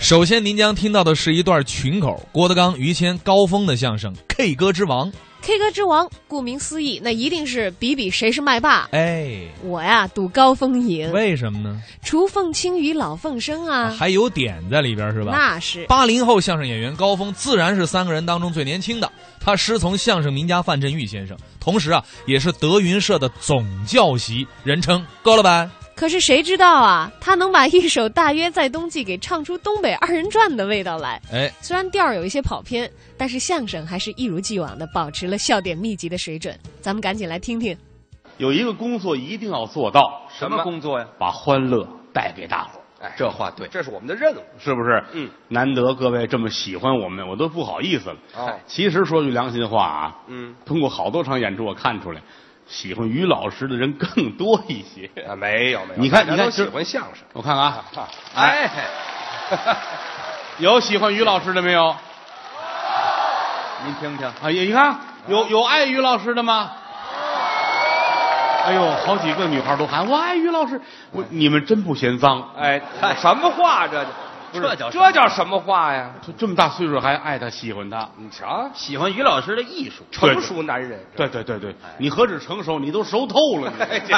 首先，您将听到的是一段群口郭德纲、于谦、高峰的相声《K 歌之王》。 K 歌之王，顾名思义，那一定是比比谁是麦霸。哎，我呀，赌高峰赢，为什么呢？除凤青与老凤生啊，还有点在里边是吧？那是八零后相声演员高峰自然是三个人当中最年轻的，他师从相声名家范振钰先生，同时啊也是德云社的总教习，人称高老板。可是谁知道啊，他能把一首《大约在冬季》给唱出东北二人转的味道来。哎，虽然调儿有一些跑偏，但是相声还是一如既往的保持了笑点密集的水准。咱们赶紧来听听。有一个工作一定要做到，什么工作呀？把欢乐带给大伙儿，哎，这话对，这是我们的任务。是不是？嗯，难得各位这么喜欢我们，我都不好意思了。哦其实说句良心话啊，嗯通过好多场演出，我看出来，喜欢于老师的人更多一 些。啊，没有没有，你看大你看家都喜这欢相声。我看看啊，哎，有喜欢于老师的没有？您听听，哎呀，你看有有爱于老师的吗？哎呦，好几个女孩都喊我爱于老师，我你们真不嫌脏，哎，什么话这就？不是这叫什么话呀？这这么大岁数还爱他喜欢他。你瞧，喜欢于老师的艺术，成熟男人，对对对对，你何止成熟，你都熟透 了。哎你 这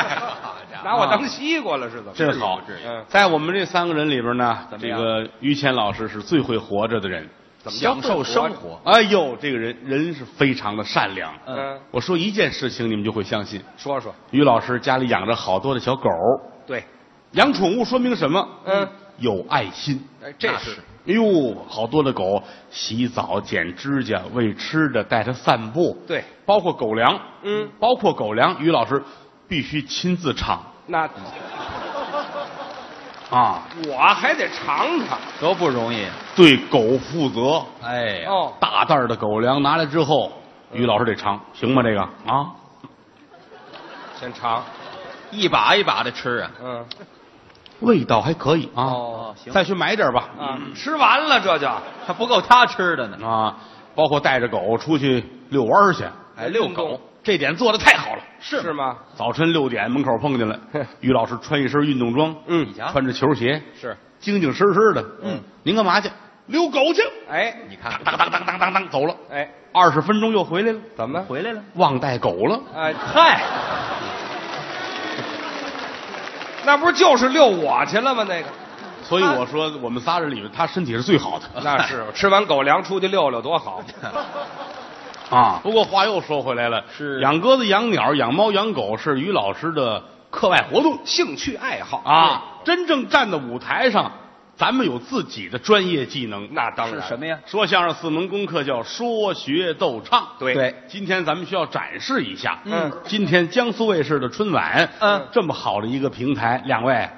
拿我当西瓜了是怎么？真好至于啊嗯。在我们这三个人里边呢，怎么这样个于谦老师是最会活着的人。怎么享受生活？活。哎呦，这个人人是非常的善良。嗯，我说一件事情，你们就会相信。说说，于老师家里养着好多的小狗，对，养宠物说明什么？嗯，有爱心。哎，这是哎呦，好多的狗洗澡、剪指甲、喂吃的、带它散步，对，包括狗粮，嗯，包括狗粮，于老师必须亲自尝那啊，我还得尝尝多不容易，对狗负责。哎呀，哦。大袋儿的狗粮拿来之后，嗯于老师得尝，行吗？这个啊，先尝，一把一把的吃啊，嗯，味道还可以啊，哦行再去买点吧啊，哦吃完了这就，还不够他吃的嗯呢。啊，包括带着狗出去遛弯儿去，哎，遛狗，这点做的太好了。是是？吗？早晨六点门口碰见了 哼，于老师穿一身运动装，嗯你瞧，穿着球鞋，是，精精神神的。嗯，您干嘛去？遛狗去。哎你看当当当当当当，走了。哎，二十分钟又回来了，怎么？回来了，忘带狗了。哎，嗨， 那不是就是遛我去了吗？那个，所以我说，我们仨人里面，他身体是最好的。那是吃完狗粮出去遛遛多好。啊。不过话又说回来了，是养鸽子、养鸟、养猫、养狗是于老师的课外活动兴趣爱好，啊。真正站在舞台上，咱们有自己的专业技能。那当然是什么呀？说相声四门功课叫说学逗唱。对对今天咱们需要展示一下。嗯，今天江苏卫视的春晚，嗯，这么好的一个平台，两位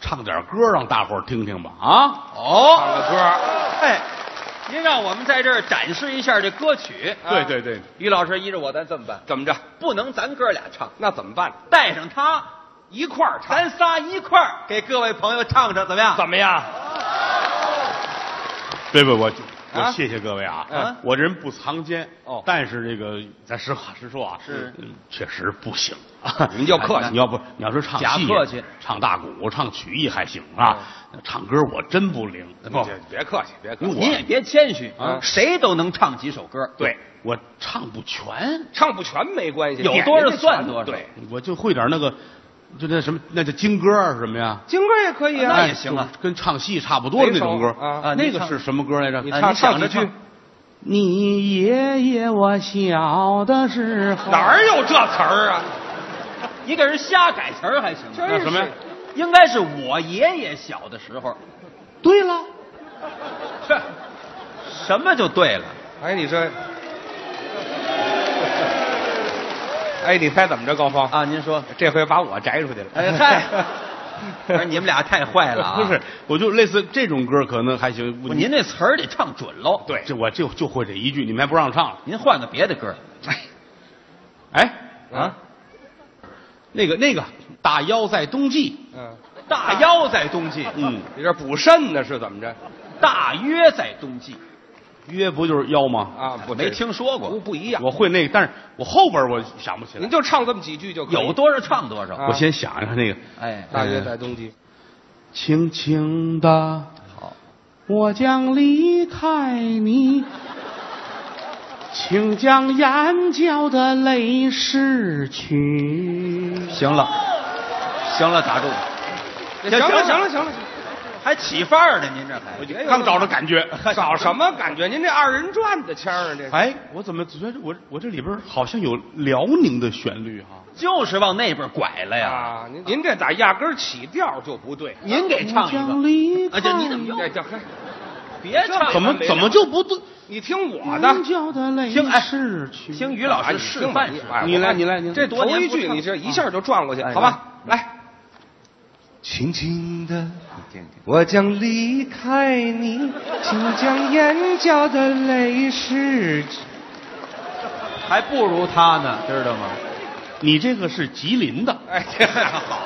唱点歌让大伙儿听听吧啊！唱哦，个歌，哎，您让我们在这儿展示一下这歌曲。啊对对对，于老师依着我，咱这么办？怎么着？不能咱哥俩唱，那怎么办？带上他，一块儿唱，咱仨一块儿给各位朋友唱唱，怎么样？怎么样？对不？我我啊谢谢各位啊！嗯我这人不藏奸哦但是这个咱实话实说啊，是啊嗯确实不行。您就客 气你要不你要是唱假戏客气，哦唱大鼓、唱曲艺还行啊，唱歌我真不灵。不，别客气，别客气，您也别谦虚啊谁都能唱几首歌。对，我唱不全，唱不全没关系，有点多少人家算全多少对，我就会点那个，就那什么，那叫京歌啊什么呀？哎京歌也可以那啊也。行啊就是跟唱戏差不多的那种歌哪首啊那你个唱是什么歌来着？你啊哎唱你想唱着几句唱，你爷爷我小的时候哪儿有这词儿 啊？你给人瞎改词儿还行吗？真是什么呀？应该是我爷爷小的时候。对了，这什么就对了？哎，你这，哎，你猜怎么着，高峰？啊，您说，这回把我摘出去了。 哎嗨，不是你们俩太坏了啊！ 不是，我就类似这种歌可能还行。不，您这词儿得唱准喽。，对，这我就就会这一句，你们还不让唱了？您换个别的歌。哎，啊，那个那个，大腰在冬季，嗯，大腰在冬季，嗯，你这补肾呢是怎么着？大约在冬季约不就是腰吗？啊，我没听说过不不一样。我会那个，但是我后边我想不起来您。就唱这么几句就可以有多少唱多少。啊我先想一下那个，呃哎，大约在冬季。轻轻的，好，我将离开 你，请将眼角的泪拭去。行了，行了，打住，行了行了行了，还起范儿呢，您这还我就 哎呦刚找着感觉，找什么感觉？您这二人转的腔儿啊，这是 哎，我怎么觉得我我这里边好像有辽宁的旋律啊？就是往那边拐了呀。啊，您您这咋压根儿起调就不对？您给唱一离个，啊，这你怎么又这哎这嘿别唱了？怎么怎么就不对？你听我眼的，啊角的泪听嗯哎拭去。哎听于老师示范示范？你来你来你来哎这这头多一年不句唱你这一下就转过去，哎好吧？来，轻轻的，我将离开你，请将眼角的泪拭去。还不如他呢，知道吗？你这个是吉林的，哎，这好，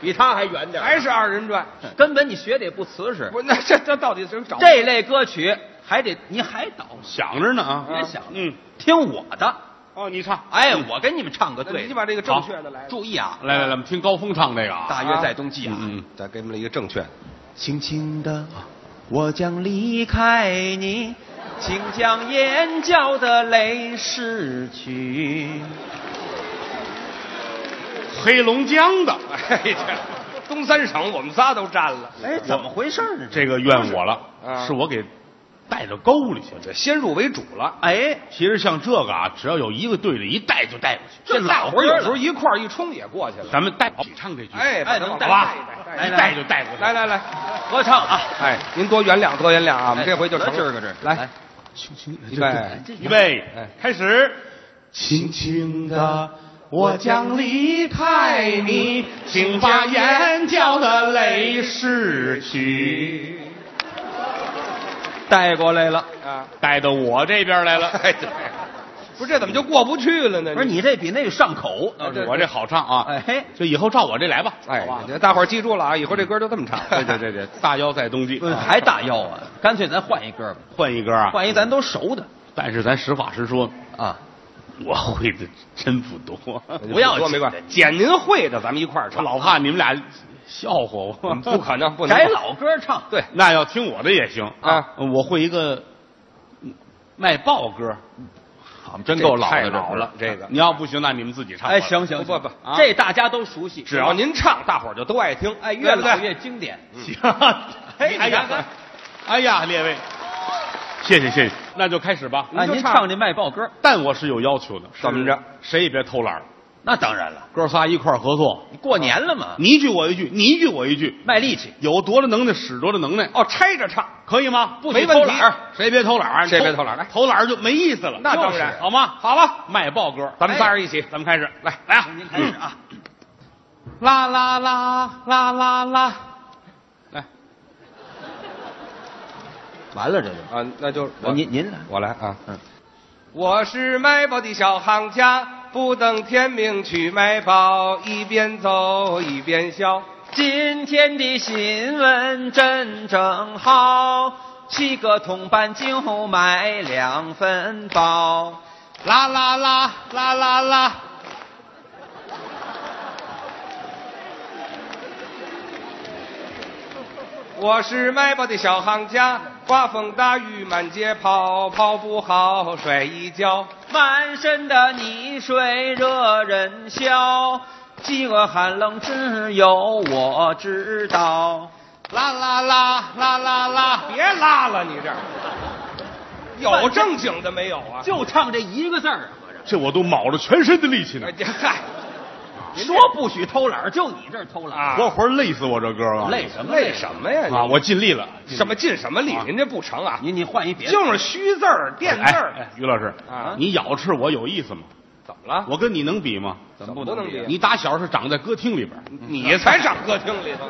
比他还远点儿，还是二人转。根本你学的也不瓷实。不，那这这到底是找这类歌曲还得你还倒吗？想着呢啊。别想了嗯，听我的，哦，你唱，哎，我给你们唱个那对你的，把这个正确的来。注意啊，来来来，我们听高峰唱这个啊。大约在冬季啊，嗯嗯，再给我们一个正确的。轻轻的，我将离开你，请将眼角的泪拭去。黑龙江的， 哎，这东三省我们仨都占了，哎，怎么回事呢？这个怨我了，啊是我给带到沟里去了。先入为主了。哎，其实像这个啊，只要有一个队里一带就带过去。这大老伙儿歌有了时候一块儿一冲也过去了。咱们带起唱这句，哎，把哎它能往带好外吧带带？哎一来带就带过去。来来来，合唱啊，哎，您多原谅，多原谅啊，我们哎这回就成得劲儿个劲儿来来，哎轻轻，预备，预备哎，开始。轻轻的，我将离开你，请把眼角的泪拭去。带过来了。啊，带到我这边来 了，哎，对，不是这怎么就过不去了呢？不是你这比那个上口，哎对我这好唱啊。哎，就以后照我这来吧。哎好吧，大伙儿记住了啊，以后这歌就这么唱。对对对 对，大腰在冬季， 还大腰啊？干脆咱换一歌吧，换一歌啊。换一咱都熟的但是咱实话实说，啊。我会的真不多。不要说没关系，捡您会的，咱们一块儿我 唱。老怕你们俩笑话我。嗯不可能，不能改老歌唱，对那要听我的也行啊。我会一个卖报歌，好，真够够老老的的这歌这个你要不行，那你们自己唱吧。哎，行行，不不行不啊这大家都熟悉，只要您唱，大伙儿就都爱听。哎，越对不对老越经典。 行。哎你哎看看呀，哎呀，列位，谢谢谢谢，那就开始吧。啊，您就您唱唱这卖报歌，但我是有要求的，怎么着？谁也别偷懒儿那当然了，哥仨一块儿合作，过年了啊嘛，你一句我一句，你一句我一句，卖力气。有多大能耐使多大能耐，哦，拆着唱。可以吗？不许没问偷题懒儿，谁别偷懒儿，谁别偷懒儿来偷懒儿就没意思了。那当就是然好吗？好了，卖报歌，哎咱们仨人一起咱们开始，来来啊，您开始啊，啦啦啦啦啦啦，完了这就啊，那就我您您来我来啊，嗯，我是卖报的小行家，不等天明去卖报，一边走一边笑。今天的新闻真正好，七个铜板就买两份包。啦啦啦啦啦啦，我是卖报的小行家，刮风大雨满街跑，跑不好摔一跤。满身的泥水惹人笑，饥饿寒冷只有我知道。啦啦啦啦啦啦，别拉了，你这儿有正经的没有啊？就唱这一个字儿，啊合着嗯这我都卯着全身的力气呢哎，这嗨，说不许偷懒儿，就你这儿偷懒啊儿，活活累死我这歌了，累什么累什么呀？啊！你我尽力了，尽力什么进什么力啊？您这不成啊！你你换一别的，就是虚字儿、垫字哎儿，哎，于老师啊你咬吃我有意思吗？怎么了？我跟你能比吗？怎么不能比你打小是长在歌厅里边儿， 你才上歌厅里头，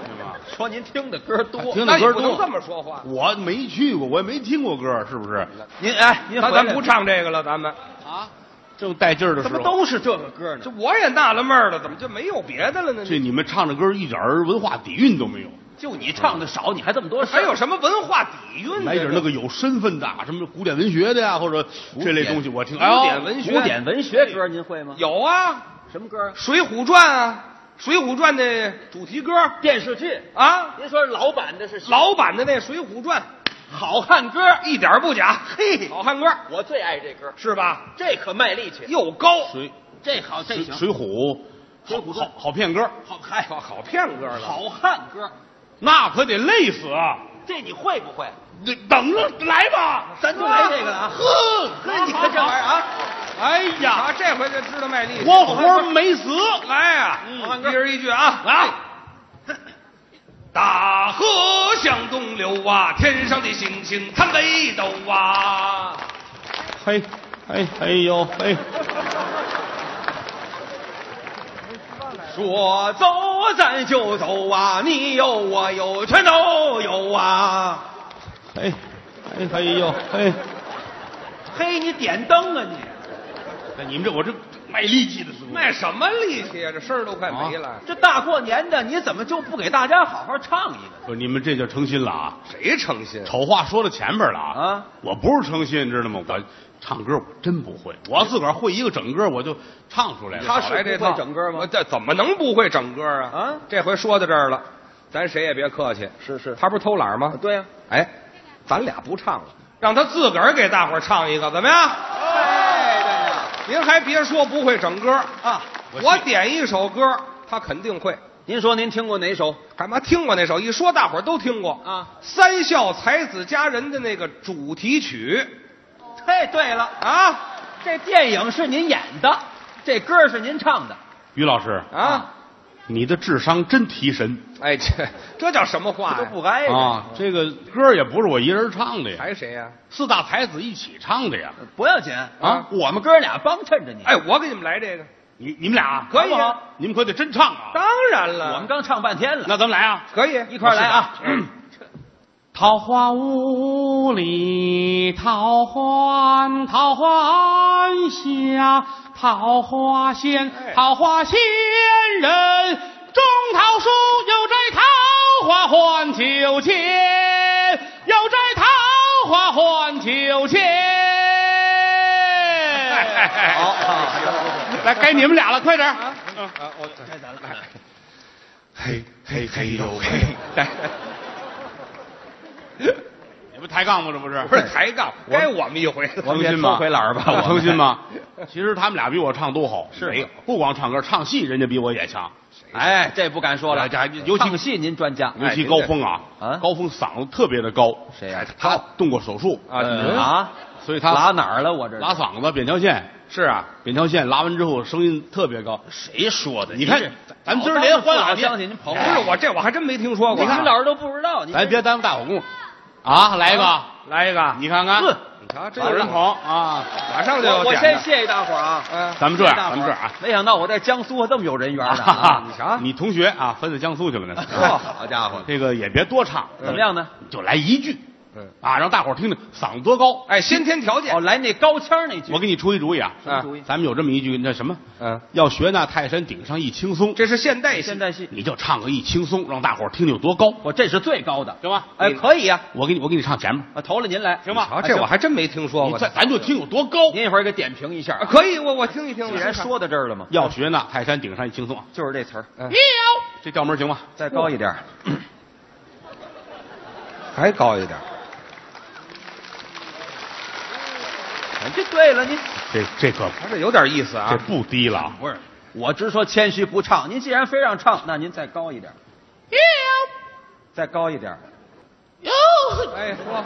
说您听的歌多，听的那你歌不能多这。么说话。我没去过，我也没听过歌，是不是？您哎，您咱回来咱不唱这个了，咱们啊，正带劲儿的时怎候，么都是这个歌这呢？我也纳了闷儿了，怎么就没有别的了呢？这你们唱的歌一点儿文化底蕴都没有，就你唱的少，你还这么多事儿还有什么文化底蕴呢？来点那个有身份的，什么古典文学的呀，或者这类东西，我听。哎呦古典文学古典文学歌，您会吗？有啊，什么歌《水浒传》啊，《水浒传》的主题歌电视剧。啊，您说老版的是老版的那《水浒传好汉歌，》一点儿不假，嘿，好汉歌我最爱这歌，是吧？这可卖力气，又高，水这好这水行，水浒，水浒传好好骗歌，好嗨，好骗歌了，好汉歌，那可得累死啊！这你会不会？你等着来吧，咱就来这个了啊！呵，嘿，你看这玩意儿啊，哎啊，呀，这回就知道卖力气，活活没死。来啊！嗯一人一句啊哎啊！大河向东流啊，天上的星星参北斗啊！嘿，哎哎呦嘿，说走咱就走啊，你有我有，全都有啊！嘿，哎哎呦嘿，嘿，你点灯啊你！那你们这我这卖力气的时候，卖什么力气啊呀、这声儿都快没了。这大过年的，你怎么就不给大家好好唱一个？不是你们这叫诚心了啊！谁诚心？丑话说到前边了啊！啊我不是诚心，知道吗？我唱歌我真不会，我要自个儿会一个整歌，我就唱出来了。他少来这是不套会整歌吗我这怎么能不会整歌啊？啊这回说到这儿了，咱谁也别客气。是是他不是偷懒吗？对呀、哎，咱俩不唱了，让他自个儿给大伙儿唱一个，怎么样？哎，对呀、您还别说不会整歌，啊！我我点一首歌，他肯定会。您说您听过哪首？干嘛听过那首？一说大伙儿都听过啊三笑才子佳人的那个主题曲嘿，哎对了，啊这电影是您演的，这歌是您唱的，于老师，啊！你的智商真提神哎，这这叫什么话呀？这都不挨着。啊！这个歌也不是我一人唱的呀，还谁呀、四大才子一起唱的呀！不要紧啊我们哥俩帮衬着你。哎，我给你们来这个，你你们俩可以啊好不好你们可得真唱啊！当然了，我们刚唱半天了，那咱们来啊！可以一块儿来啊！ 桃花坞里桃花桃花下，桃花仙哎，桃花仙人，种桃树，有摘桃花换秋千，有摘桃花换秋千。好，好，好来该你们俩了，快点儿！嗯啊，我该咱了。嘿嘿嘿呦嘿！ 你不抬杠吗？这不是？不是抬杠，该我们一回了。诚心吗？回懒儿吧，我诚心 吗？其实他们俩比我唱都好，是没有，不光唱歌，唱戏人家比我也强，哎，这不敢说了，这还尤其唱戏您专家，尤哎其高峰啊真的啊，高峰嗓子特别的高，谁呀他动过手术啊呃嗯啊，所以他拉哪儿了？我这是拉嗓子，扁条线是啊，扁条线拉完之后声音特别高。谁说的？你看啊这咱们今儿联欢啊嗯我你相信您捧不我，是我这我还真没听说过。你们老师都不知道，你啊咱别耽误大伙功夫啊！来一个，来一个，你看看，呵你瞧这有有人人捧啊！马上就我要我点先的谢谢大伙儿啊，嗯，咱们这样，谢谢大咱们伙儿这样啊，没想到我在江苏还这么有人缘呢哈哈啊，你瞧 你同学啊，分到江苏去了嚯呢。啊好家伙，这个也别多唱，嗯怎么样呢？就来一句，嗯啊，让大伙儿听听嗓子多高。哎，先天条件哦，，来那高腔那句，我给你出一主意啊，什么主意？咱们有这么一句，那什么，嗯，要学那泰山顶上一轻松，这是现代戏现代戏，你就唱个一轻松，让大伙儿听听有多高，我这是最高的，行吧？哎，可以呀，我给你，我给你唱前面，我投了您来，哎行你瞧吧？哦这我还真没听说你过这呢。咱就听有多高。您一会儿给点评一啊下。可以，我我听一听。既我然先看，说到这儿了嘛，要学那泰山顶上一轻松啊，就是这词儿，哎嗯这调门行吗？再高一点儿， 还高一点，哎这对了，您这这可他这有点意思这啊。不低了啊，不是，我直说谦虚不唱。您既然非让唱，那您再高一点，再高一点，哎，说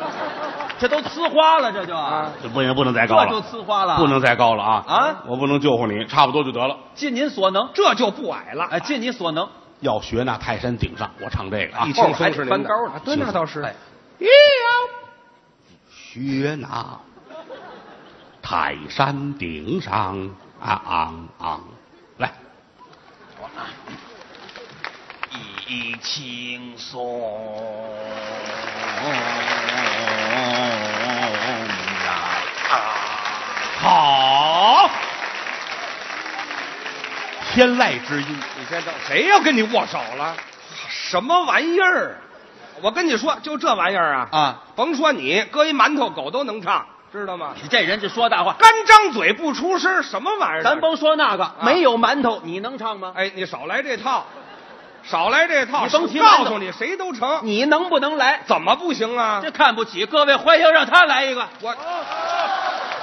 这都呲花了，这就啊，这不行，不能再高这就了，呲花了，不能再高了啊！啊，我不能救活你，差不多就得了。尽您所能，这就不矮了，哎，尽你所能。要学那泰山顶上，我唱这个啊一，后边轻还松得是您翻的高呢啊对，那倒是哎。学那泰山顶上昂昂昂，来，一轻松好，天籁之音。你先等，谁要跟你握手了？什么玩意儿？我跟你说，就这玩意儿啊啊！甭说你，搁一馒头狗都能唱，知道吗？你这人就说大话，干张嘴不出声，什么玩意儿？啊咱甭说那个，没有馒头你能唱吗？哎，你少来这套，少来这套。你甭提馒头告诉你，谁都成。你能不能来？怎么不行啊？这看不起各位，欢迎让他来一个，我，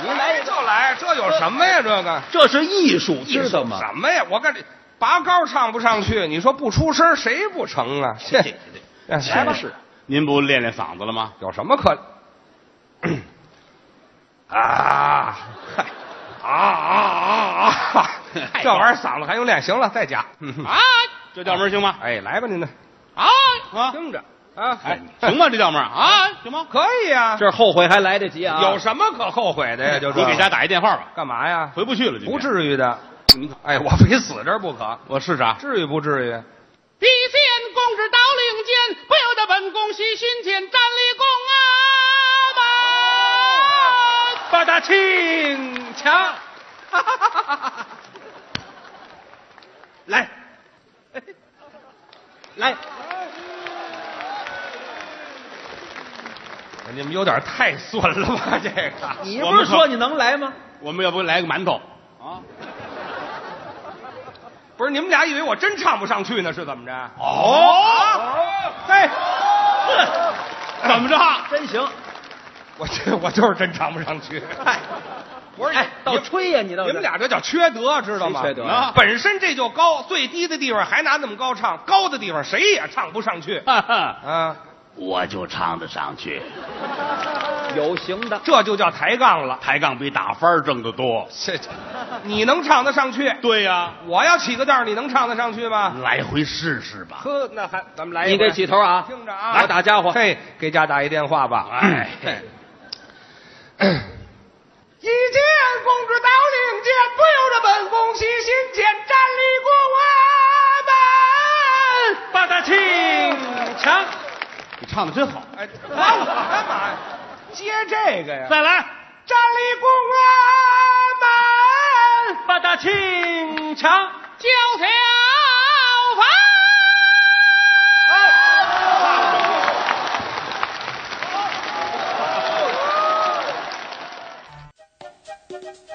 你来就来，这有什么呀？这个这是艺术，知道吗？什么呀？我告诉你，拔高唱不上去，你说不出声，谁不成啊？这来吧，是，您不练练嗓子了吗？有什么 可？啊，嗨啊啊啊啊！哎这玩意儿嗓子还用练？行了，再嗯加。啊，这调门行吗？哎，来吧您呢，啊啊，听着啊，哎，行吗？这调门啊，行吗？可以啊，这后悔还来得及啊！有什么可后悔的呀？哎就你给家打一电话吧，干嘛呀？回不去了，今天不。至于的。你看哎，我非死这儿不可，我试试啊，至于不至于？必先公之到令间，不由得本宫喜心间，站立宫啊吧。哦八大庆强，来，来，你们有点太损了 吧？这个，你我不们是可说你能来吗？我们要不来个馒头？不是你们俩以为我真唱不上去呢，是怎么着？哎哦，嘿，怎么着？真行！我这我就是真唱不上去。哎，不是哎，倒你吹呀，你倒你是们俩这叫缺德，知道吗？谁缺德啊本身这就高，最低的地方还拿那么高唱，高的地方谁也唱不上去哈哈，啊！我就唱得上去，有形的，这就叫抬杠了。抬杠比打翻儿挣得多。这，你能唱得上去？对呀，我要起个调，你能唱得上去吗？来回试试吧。呵，那还咱们来一回，你给起头啊！听着啊，我打家伙，嘿，给家打一电话吧。哎嘿，一见公主到令箭，不由得本宫喜心间，站立过我们八大庆强。你唱的真好，哎，忘了干嘛呀？接这个呀？再来。站立过我们八大庆强，叫天